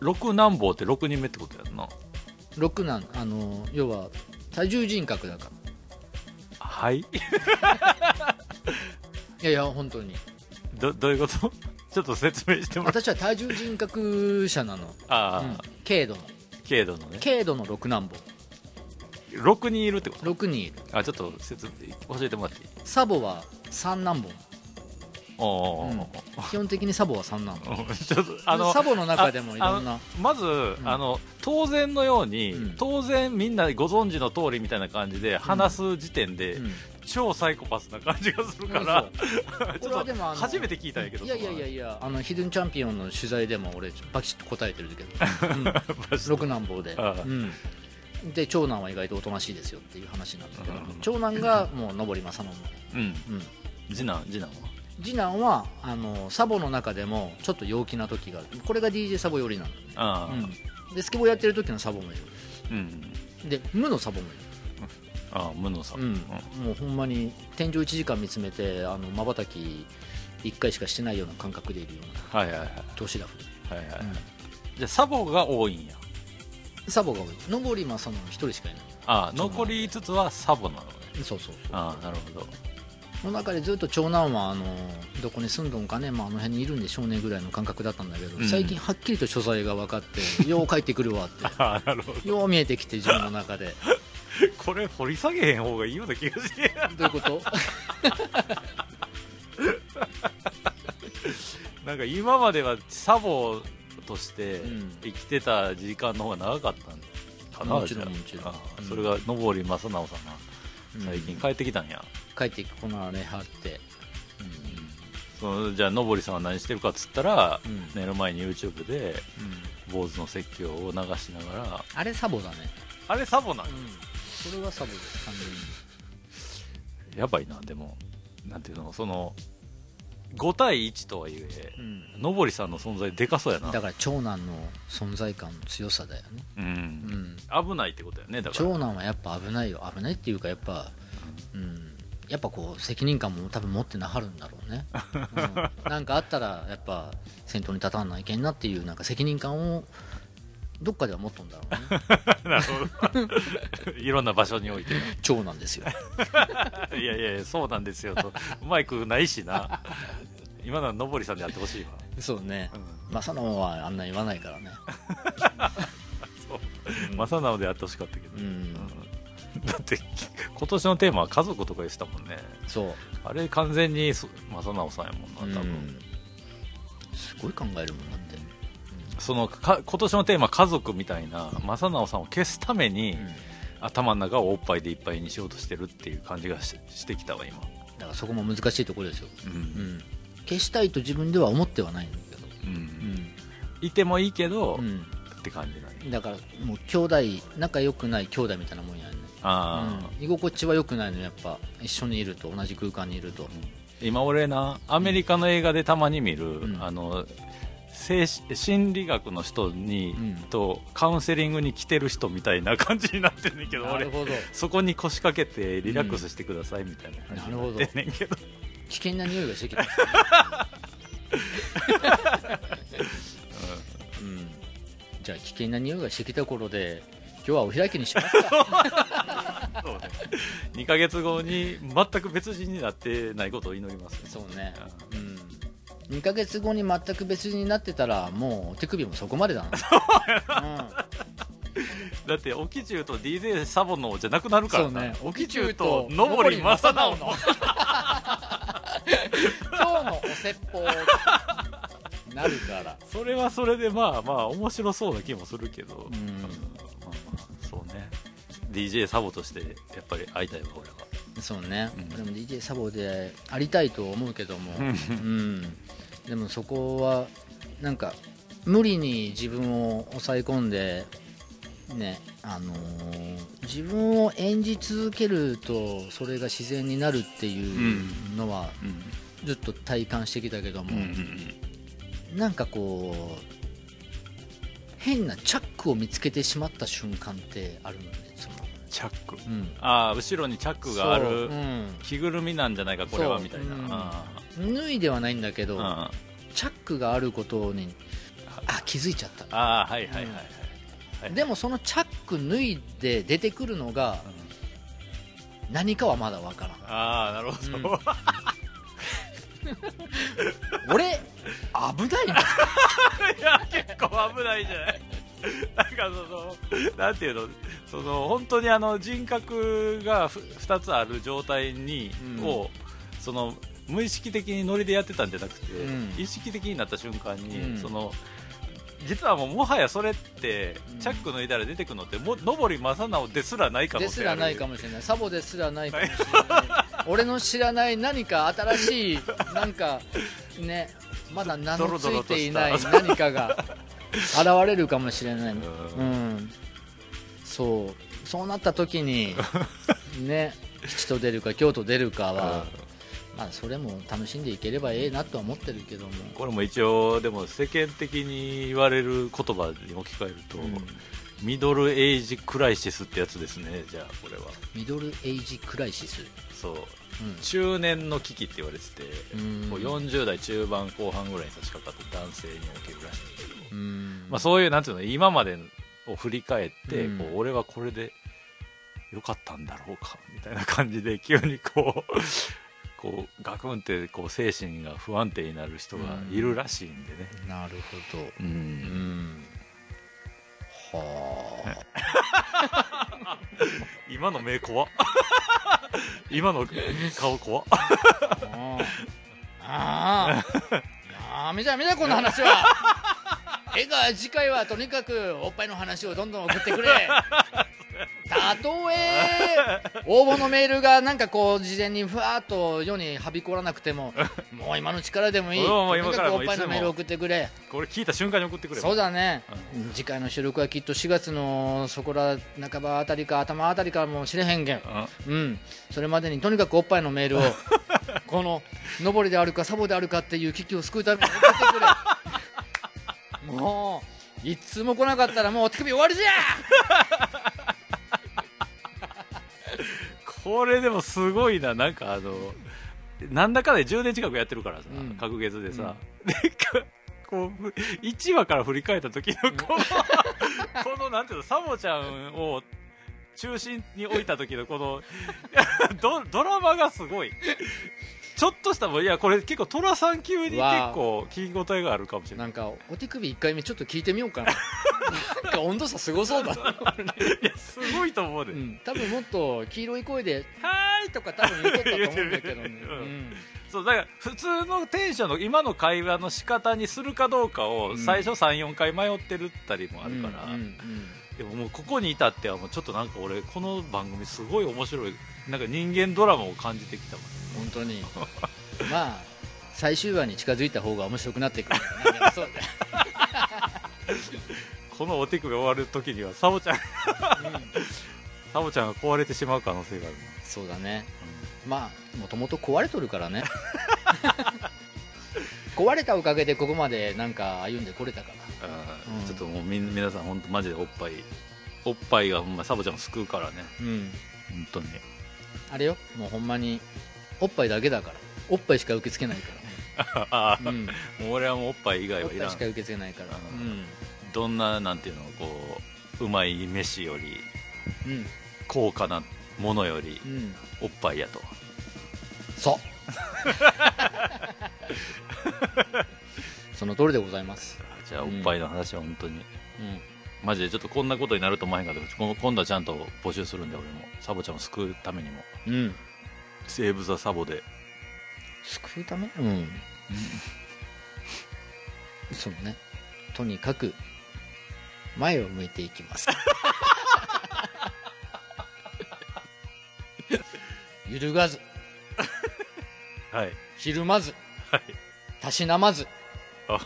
Speaker 1: 六何坊って6人目ってことやんな
Speaker 4: 六男あの要は多重人格だから
Speaker 1: はい
Speaker 4: いやいや本当に
Speaker 1: どどういうこと ちょっと説明してもらって
Speaker 4: 私は多重人格者なの、
Speaker 1: ああ、
Speaker 4: うん、軽度の
Speaker 1: 軽度のね
Speaker 4: 軽度の六男坊
Speaker 1: 6人いるってこと
Speaker 4: 六人いる
Speaker 1: あちょっと説明教えてもらっていい
Speaker 4: サボは三男坊
Speaker 1: おーおーおー
Speaker 4: 基本的にサボは三男坊
Speaker 1: おーちょっとあの
Speaker 4: サボの中でもいろんな
Speaker 1: ああのまず、
Speaker 4: ん
Speaker 1: あの当然のように、
Speaker 4: うん
Speaker 1: 当然みんなご存知の通りみたいな感じで話す時点で、
Speaker 4: うん
Speaker 1: 超サイコパスな感じがするから、 ち
Speaker 4: 俺
Speaker 1: ょ
Speaker 4: は
Speaker 1: っ
Speaker 4: で
Speaker 1: と
Speaker 4: もあの
Speaker 1: 初めて聞いたんやけど
Speaker 4: いやいやいや
Speaker 1: や
Speaker 4: いやあのヒドゥンチャンピオンの取材でも俺バチッと答えてる けど、うん、六男坊で、
Speaker 1: ああ
Speaker 4: うん、で長男は意外とおとなしいですよっていう話なんだけど、
Speaker 1: うん
Speaker 4: 長男がもう上り正信、
Speaker 1: うん
Speaker 4: うん、
Speaker 1: 次男次男は
Speaker 4: 次男はあのサボの中でもちょっと陽気な時があるこれが DJ サボ寄りなの、
Speaker 1: ああ
Speaker 4: うん、でスケボーやってる時のサボもい
Speaker 1: うん、
Speaker 4: るで無のサボもいる
Speaker 1: ああ無能さん、
Speaker 4: うん、もうほんまに天井1時間見つめてあの瞬き1回しかしてないような感覚でいるような
Speaker 1: はいはいはい
Speaker 4: 年だふり
Speaker 1: はいはい、
Speaker 4: うん
Speaker 1: じゃあサボが多いんや
Speaker 4: サボが多い上り正信1人しかいない
Speaker 1: ああ残り5つはサボなのね
Speaker 4: そうそうそう
Speaker 1: ああなるほ ど
Speaker 4: その中でずっと長男はあのどこに住んどんかね、まあ、あの辺にいるんでしょうねぐらいの感覚だったんだけど、
Speaker 1: うん
Speaker 4: 最近はっきりと所在が分かってよう帰ってくるわっ
Speaker 1: ああなるほど
Speaker 4: てよう見えてきて自分の中 で
Speaker 1: これ掘り下げへん方がいいような気がして
Speaker 4: どういうこと
Speaker 1: なんか今まではサボとして
Speaker 4: うん
Speaker 1: 生きてた時間の方が長かったんかな、
Speaker 4: もちろん
Speaker 1: じゃあ
Speaker 4: もちろん
Speaker 1: ああ
Speaker 4: うん
Speaker 1: それが上り正直さんが
Speaker 4: うん
Speaker 1: 最近帰ってきたんや、
Speaker 4: 帰ってこなれはって、
Speaker 1: そのじゃあ上りさんは何してるかっつったら、
Speaker 4: うん
Speaker 1: 寝る前に YouTube で坊主の説教を流しながら
Speaker 4: あれサボだね、
Speaker 1: あれサボなんや
Speaker 4: うん、これはサボです完全に
Speaker 1: やばいなでもなんていうのその5対1とはいえ、上りさんの存在でかそうやな
Speaker 4: だから長男の存在感の強さだよね、
Speaker 1: うん
Speaker 4: うん、
Speaker 1: 危ないってことやねだから
Speaker 4: 長男はやっぱ危ないよ危ないっていうかやっぱ、うん、やっぱこう責任感も多分持ってなはるんだろうね、 うん、なんかあったらやっぱ先頭に立たないけんなっていうなんか責任感をどっかでは持っとんだろ うね
Speaker 1: なるほど いろんな場所において
Speaker 4: 長男ですよ
Speaker 1: いやいやいやそうなんですよとうまくないしな今のは上りさんでやってほしいわ、
Speaker 4: そうね
Speaker 1: う
Speaker 4: まあ、そのはあんな言わないからね
Speaker 1: ん、正直でやってほしかったけど、
Speaker 4: うん
Speaker 1: だって今年のテーマは家族とか言ってたもんね
Speaker 4: そう、
Speaker 1: あれ完全にそ正直さんやも
Speaker 4: うん
Speaker 1: な多分、
Speaker 4: ん、すごい考えるもんだって、
Speaker 1: そのか今年のテーマ「家族」みたいな正直さんを消すために、
Speaker 4: うん
Speaker 1: 頭の中をおっぱいでいっぱいにしようとしてるっていう感じがししてきたわ今、
Speaker 4: だからそこも難しいところですよ、
Speaker 1: う
Speaker 4: うんん、消したいと自分では思ってはないんだけど、
Speaker 1: うん
Speaker 4: うん
Speaker 1: いてもいいけど、
Speaker 4: うん
Speaker 1: って感じだね
Speaker 4: だからもう兄弟仲良くない兄弟みたいなもんやね、
Speaker 1: ああ、
Speaker 4: うん居心地は良くないのやっぱ一緒にいると同じ空間にいると、
Speaker 1: 今俺なアメリカの映画でたまに見る、
Speaker 4: うん
Speaker 1: あの精神心理学の人に、
Speaker 4: うん
Speaker 1: とカウンセリングに来てる人みたいな感じになってんねんけど
Speaker 4: な
Speaker 1: 俺
Speaker 4: るほど
Speaker 1: そこに腰掛けてリラックスしてくださいみたいな感じ
Speaker 4: なる
Speaker 1: に
Speaker 4: ほど
Speaker 1: なってんねんけど、
Speaker 4: 危険な匂いがしてきた、 うん、じゃあ危険な匂いがしてきた頃で今日はお開きにします か
Speaker 1: 2ヶ月後に全く別人になってないことを祈ります、
Speaker 4: そうねうん2ヶ月後に全く別人になってたらもう手首も そこまでだな、
Speaker 1: だってオキチュウと DJ サボのじゃなくなる
Speaker 4: うん、
Speaker 1: か
Speaker 4: そう
Speaker 1: らな、
Speaker 4: ね
Speaker 1: オキチュウとのぼり正直の
Speaker 4: 今日のお説法なるから
Speaker 1: それはそれでまあまあ面白そうな気もするけど、
Speaker 4: ん
Speaker 1: まあまあそうね DJ サボとしてやっぱり会いたいわ俺は
Speaker 4: そうね、
Speaker 1: うん
Speaker 4: 俺も DJ サボでありたいと思うけども、うん、でもそこはなんか無理に自分を抑え込んでねあのー自分を演じ続けるとそれが自然になるっていうのは
Speaker 1: うん
Speaker 4: ずっと体感してきたけども、なんかこう変なチャックを見つけてしまった瞬間ってあるのねその、
Speaker 1: チャック
Speaker 4: うん、
Speaker 1: ああ後ろにチャックがあ
Speaker 4: そう
Speaker 1: る
Speaker 4: うん
Speaker 1: 着ぐるみなんじゃないかこれは
Speaker 4: そう
Speaker 1: みたいな、
Speaker 4: うん
Speaker 1: ああ
Speaker 4: 脱いではないんだけど、
Speaker 1: あ
Speaker 4: チャックがあることにあ気づいちゃった
Speaker 1: あはいはいはいはい、はい
Speaker 4: でもそのチャック脱いで出てくるのが何かはまだわからん
Speaker 1: ああなるほど、
Speaker 4: うん俺危ないな
Speaker 1: いや結構危ないじゃないなんかそのなんていうのその本当にあの人格がふ2つある状態に、
Speaker 4: うん
Speaker 1: をその無意識的にノリでやってたんじゃなくて、
Speaker 4: うん
Speaker 1: 意識的になった瞬間に、
Speaker 4: うん
Speaker 1: その実はもうもはやそれって、
Speaker 4: うん
Speaker 1: チャック脱いだら出てくるのっても上り正直ですらない可能
Speaker 4: です
Speaker 1: 性あ
Speaker 4: ら
Speaker 1: る
Speaker 4: ないかもしれないサボですらないかもしれ ない俺の知らない何か新しいなんかねまだ名のついていない
Speaker 1: ドロドロ
Speaker 4: 何かが現れるかもしれない、うんそうそうなった時に ね吉と出るか京都出るかは、まあ、それも楽しんでいければええなとは思ってるけども
Speaker 1: これも一応でも世間的に言われる言葉に置き換えると、ミドルエイジクライシスってやつですねじゃあこれは
Speaker 4: ミドルエイジクライシス、
Speaker 1: そう
Speaker 4: うん
Speaker 1: 中年の危機って言われてて、
Speaker 4: うん
Speaker 1: こう40代中盤後半ぐらいに差し掛かった男性におけるらしいんだけど、
Speaker 4: うん
Speaker 1: まあ、そういうなんていうの今までを振り返って、
Speaker 4: うん
Speaker 1: こう俺はこれで良かったんだろうかみたいな感じで急にこう こうガクンってこう精神が不安定になる人がいるらしいんでね、
Speaker 4: なるほど
Speaker 1: うん
Speaker 4: うんはあ
Speaker 1: 今の目怖っ 今の顔怖っ
Speaker 4: ああああ見ちゃ見ちゃこんな 話は絵が次回はとにかくおっぱいの話をどんどん送ってくれた とえ応募のメールがなんかこう事前にふわーっと世にはびこらなくてももう今の力でもいい
Speaker 1: もうも
Speaker 4: と
Speaker 1: う
Speaker 4: に
Speaker 1: 今
Speaker 4: か
Speaker 1: か
Speaker 4: く
Speaker 1: ら
Speaker 4: お
Speaker 1: も
Speaker 4: っ
Speaker 1: ういつでも
Speaker 4: ぱいのメール送ってくれ
Speaker 1: これ聞いた瞬間に送ってくれ
Speaker 4: そうだね、次回の収録はきっと4月のそこら半ばあたりか頭あたりかもしれへんけん
Speaker 1: うん
Speaker 4: うん、それまでにとにかくおっぱいの メールをこの上りであるかサボであるかっていう危機を救うために送って くれもういつも来なかったらもう手首終わりじゃ
Speaker 1: これでもすごいななんかあのなんだかで10年近くやってるからさ、
Speaker 4: うん
Speaker 1: 隔月でさ、なんかこう1話から振り返った時のこの、このなんていうのサボちゃんを中心に置いた時のこのドドラマがすごいちょっとしたもんいやこれ結構寅さん級に結構聞き応えがあるかもしれない
Speaker 4: なんかお手首1回目ちょっと聞いてみようか ななんか温度差すごそうだな、
Speaker 1: いやすごいと 思うで、
Speaker 4: うん、多分もっと黄色い声で「はーい」とか多分言っとったと思うん
Speaker 1: 言
Speaker 4: だけどね、
Speaker 1: うてる
Speaker 4: うん
Speaker 1: そうだから普通のテンションの今の会話の仕方にするかどうか
Speaker 4: う
Speaker 1: を
Speaker 4: ん
Speaker 1: 最初34回迷ってるったりもあるから、
Speaker 4: うんうんうん
Speaker 1: でももうここに至ってはもうちょっとなんか俺この番組すごい面白いなんか人間ドラマを感じてきたもん
Speaker 4: 本当にまあ最終話に近づいた方が面白くなってくるんだよねそうだ
Speaker 1: このお手首終わる時にはサボちゃん サボちゃんが壊れてしまう可能性がある
Speaker 4: そうだねまあもともと壊れとるからね 壊れたおかげでここまでなんか歩んでこれたから
Speaker 1: うん
Speaker 4: うん
Speaker 1: ちょっともうみん皆さん本当マジでおっぱいおっぱいがほんまサボちゃんを救うからね
Speaker 4: うん
Speaker 1: 本当に
Speaker 4: あれよもうほんまにおっぱいだけだからおっぱいしか受け付けないか
Speaker 1: ああ、
Speaker 4: ら、うん、
Speaker 1: もう俺はもうおっぱい以外
Speaker 4: お
Speaker 1: は
Speaker 4: っ
Speaker 1: い
Speaker 4: ぱ
Speaker 1: ら
Speaker 4: い
Speaker 1: ん
Speaker 4: しか受け付けないか
Speaker 1: う
Speaker 4: ら
Speaker 1: どんななんていうのこううまい飯より
Speaker 4: うんうん
Speaker 1: 高価なものより
Speaker 4: うん
Speaker 1: おっぱいやと
Speaker 4: そうその通りでございます、
Speaker 1: じゃあおっぱいの話は本当に、
Speaker 4: うん、
Speaker 1: マジでちょっとこんなことになると思わへんかったけどこの今度はちゃんと募集するんで俺もサボちゃんを救うためにも
Speaker 4: うん。
Speaker 1: 「セーブ・ザ・サボで」
Speaker 4: 救うためうん。そうね。とにかく、前を向いていき ます。揺るがず、
Speaker 1: はい
Speaker 4: ひるまず、
Speaker 1: はい
Speaker 4: たしなまず、
Speaker 1: あ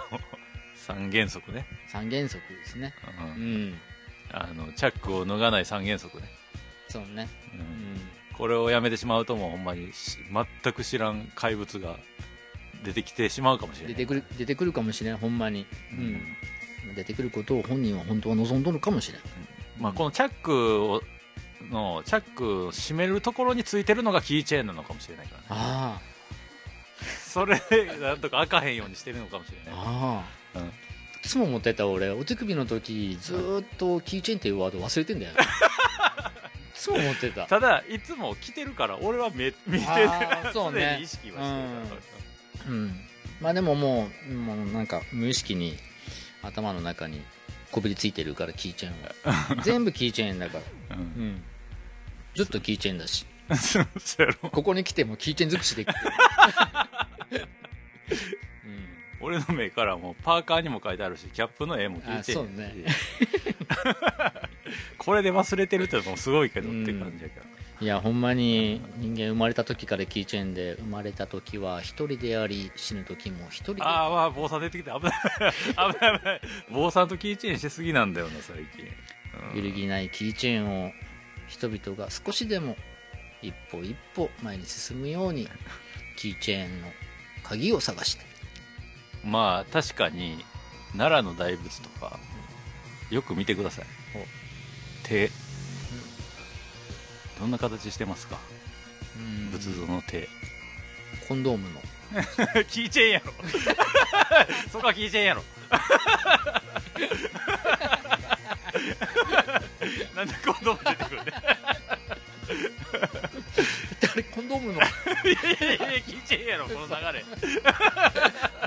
Speaker 1: 三原則ね、
Speaker 4: 三原則ですね。
Speaker 1: う
Speaker 4: うんん。
Speaker 1: あのチャックを脱がない三原則ね、
Speaker 4: そうね。
Speaker 1: う、
Speaker 4: うんん。
Speaker 1: これをやめてしまうともうほんまにし全く知らん怪物が出てきてしまうかもしれな
Speaker 4: 出
Speaker 1: い
Speaker 4: てくる、出てくるかもしれん、ほんまに。うん。出てくることを本人は本当は望んどるかもしれん。
Speaker 1: まあ、このチャックをのチャックを閉めるところについてるのがキーチェーンなのかもしれないからね
Speaker 4: あ
Speaker 1: それでなんとか開かへんようにしてるのかもしれな
Speaker 4: あ、
Speaker 1: い
Speaker 4: ああ。
Speaker 1: うん
Speaker 4: いつも持ってた俺お手首の時ずーっとキーチェーンっていうワード忘れてんだよ、ね、 いつも持ってた
Speaker 1: ただいつも着てるから俺は見見て
Speaker 4: あ
Speaker 1: る
Speaker 4: ーそうね
Speaker 1: 常に意識はしてるから、
Speaker 4: うんまあでももうもうなんか無意識に頭の中にこびりついてるからキーチェーン は全部キーチェーンだから
Speaker 1: うん
Speaker 4: うんずっとキーチェーンだし
Speaker 1: そうそうやろ
Speaker 4: ここに来てもキーチェーン尽くし できてる、
Speaker 1: 俺の目からもパーカーにも書いてあるしキャップの絵も聞いて
Speaker 4: あそうね
Speaker 1: これで忘れてるってのもすごいけどって感じやから、
Speaker 4: うん、いやほんまに人間生まれた時からキーチェーンで生まれた時は一人であり死ぬ時も一人であ
Speaker 1: あーわあ坊さん出てきて危ない危ない危ない坊さんとキーチェーンしてすぎなんだよな最近
Speaker 4: 揺るぎないキーチェーンを人々が少しでも一歩一歩前に進むよ うにキーチェーンの鍵を探して
Speaker 1: まあ確かに奈良の大仏とかよく見てください手、どんな形してますか仏像の 手
Speaker 4: コンドーム の
Speaker 1: キーチェーンやろ そこはキーチェーンやろ なんで子供出てくるね
Speaker 4: あれコンドームの
Speaker 1: いやいやいやキーチェーンやろこの流れ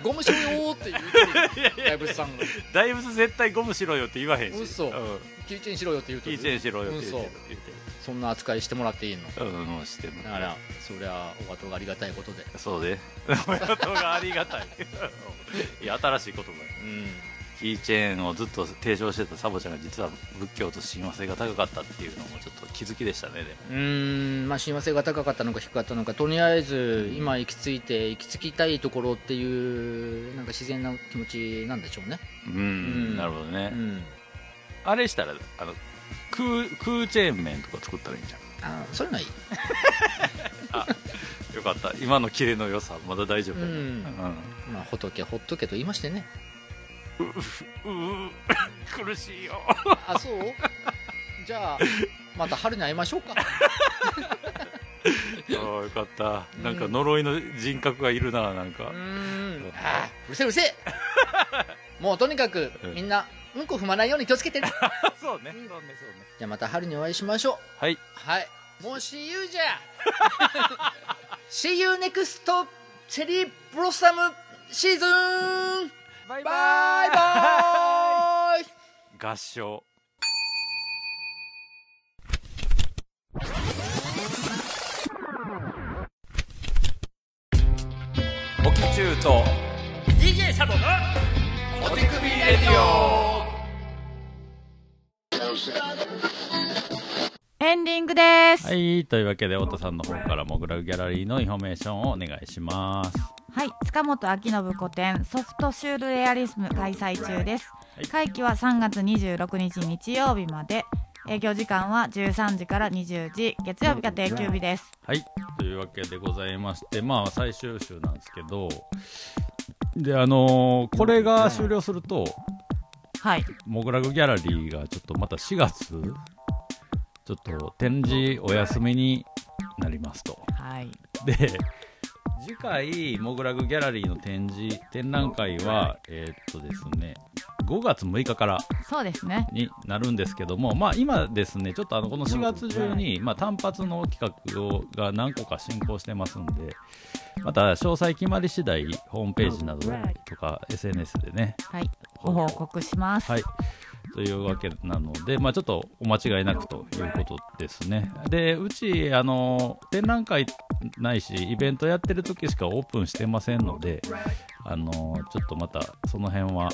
Speaker 4: ゴムしろよーって言うてる大仏さんが
Speaker 1: 大仏絶対ゴムしろよって言わへんし
Speaker 4: 嘘
Speaker 1: うん
Speaker 4: キーチェーンしろよって言う
Speaker 1: キー
Speaker 4: と
Speaker 1: チェーンしろよって言うてる
Speaker 4: 嘘
Speaker 1: 言うてる
Speaker 4: そんな扱いしてもらっていいの
Speaker 1: うん、もうしてる
Speaker 4: だからそりゃお後がありがたいことで
Speaker 1: そうで親とがありがたいいや新しい言葉や
Speaker 4: うん
Speaker 1: キーチェーンをずっと提唱してたサボちゃんが実は仏教と親和性が高かったっていうのもちょっと気づきでしたねでも
Speaker 4: うーんまあ親和性が高かったのか低かったのかとりあえず今行き着いて行き着きたいところっていうなんか自然な気持ちなんでしょうね、
Speaker 1: うん、なるほどね、
Speaker 4: うん、
Speaker 1: あれしたらあの空空チェーン麺とか作ったらいいんじゃん
Speaker 4: あそういうのはいい
Speaker 1: よかった今のキレの良さまだ大丈夫やな
Speaker 4: うん
Speaker 1: うん
Speaker 4: まあ、ほっとけほっとけと言いましてね
Speaker 1: うう苦しいよ
Speaker 4: あそうじゃあまた春に会いましょうか
Speaker 1: あーよかったなんか呪いの人格がいるななんか、
Speaker 4: うーんあーうるせえうるせ えもうとにかくみんなうんこ踏まないように気をつけてね
Speaker 1: そうねそうねそうね
Speaker 4: じゃあまた春にお会いしましょう
Speaker 1: はい
Speaker 4: はいもう See you じゃ See you next チェリーブロッサムシーズン
Speaker 1: バイ
Speaker 4: バイバイ
Speaker 1: 合唱オキチューと
Speaker 3: DJ サボのお手首レディオ
Speaker 2: エンディングです。
Speaker 1: はい、というわけで、太田さんの方からモグラギャラリーのインフォメーションをお願いします。
Speaker 2: はい、塚本明信個展ソフトシュールレアリスム開催中です、
Speaker 1: はい
Speaker 2: 会期は3月26日日曜日まで営業時間は13時から20時月曜日が定休日です
Speaker 1: はい、というわけでございまして、まあ、最終週なんですけど、で、あのーこれが終了すると、
Speaker 2: はい
Speaker 1: モグラグギャラリーがちょっとまた4月、ちょっと展示お休みになりますと。
Speaker 2: はい
Speaker 1: で、次回、モグラグギャラリーの展示、展覧会は、えーっとですね、5月6日から
Speaker 2: そうですね
Speaker 1: になるんですけども、まあ、今ですね、ちょっとあのこの4月中に、まあ、単発の企画をが何個か進行してますんで、また詳細決まり次第、ホームページなどとか SNS でね、
Speaker 2: はいご報告します
Speaker 1: はい、というわけなので、まあ、ちょっとお間違いなくということですね。で、うち、あの展覧会ないし、イベントやってる時しかオープンしてませんので、あのちょっとまたその辺は、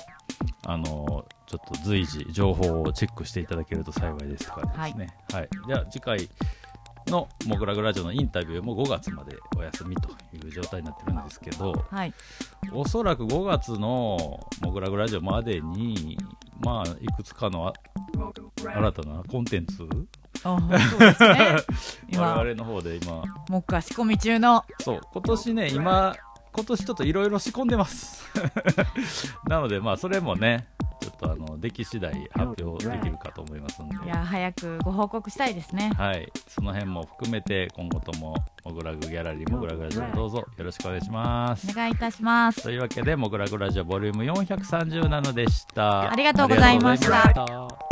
Speaker 1: あのちょっと随時、情報をチェックしていただけると幸いですとかですね。はい、じゃあ次回のモグラグラジオのインタビューも5月までお休みという状態になってるんですけど、
Speaker 2: はい
Speaker 1: おそらく5月のモグラグラジオまでに、まあ、いくつかのあ新たなコンテンツ、
Speaker 2: あそうですね 今
Speaker 1: 我々の方で今、
Speaker 2: 目下仕込み中の
Speaker 1: そう、今年ね、今、今年ちょっといろいろ仕込んでます。 なので、まあ、それもね、ちょっとあの、出来次第発表できるかと思いますんで、
Speaker 2: いや早くご報告したいですね
Speaker 1: はい、その辺も含めて、今後とも、モグラグギャラリー、モグラグラジオ、どうぞよろしくお願いします
Speaker 2: お。願いいたします
Speaker 1: というわけで、モグラグラジオボリューム437でした。
Speaker 2: ありがとうございました
Speaker 1: ありがとうございました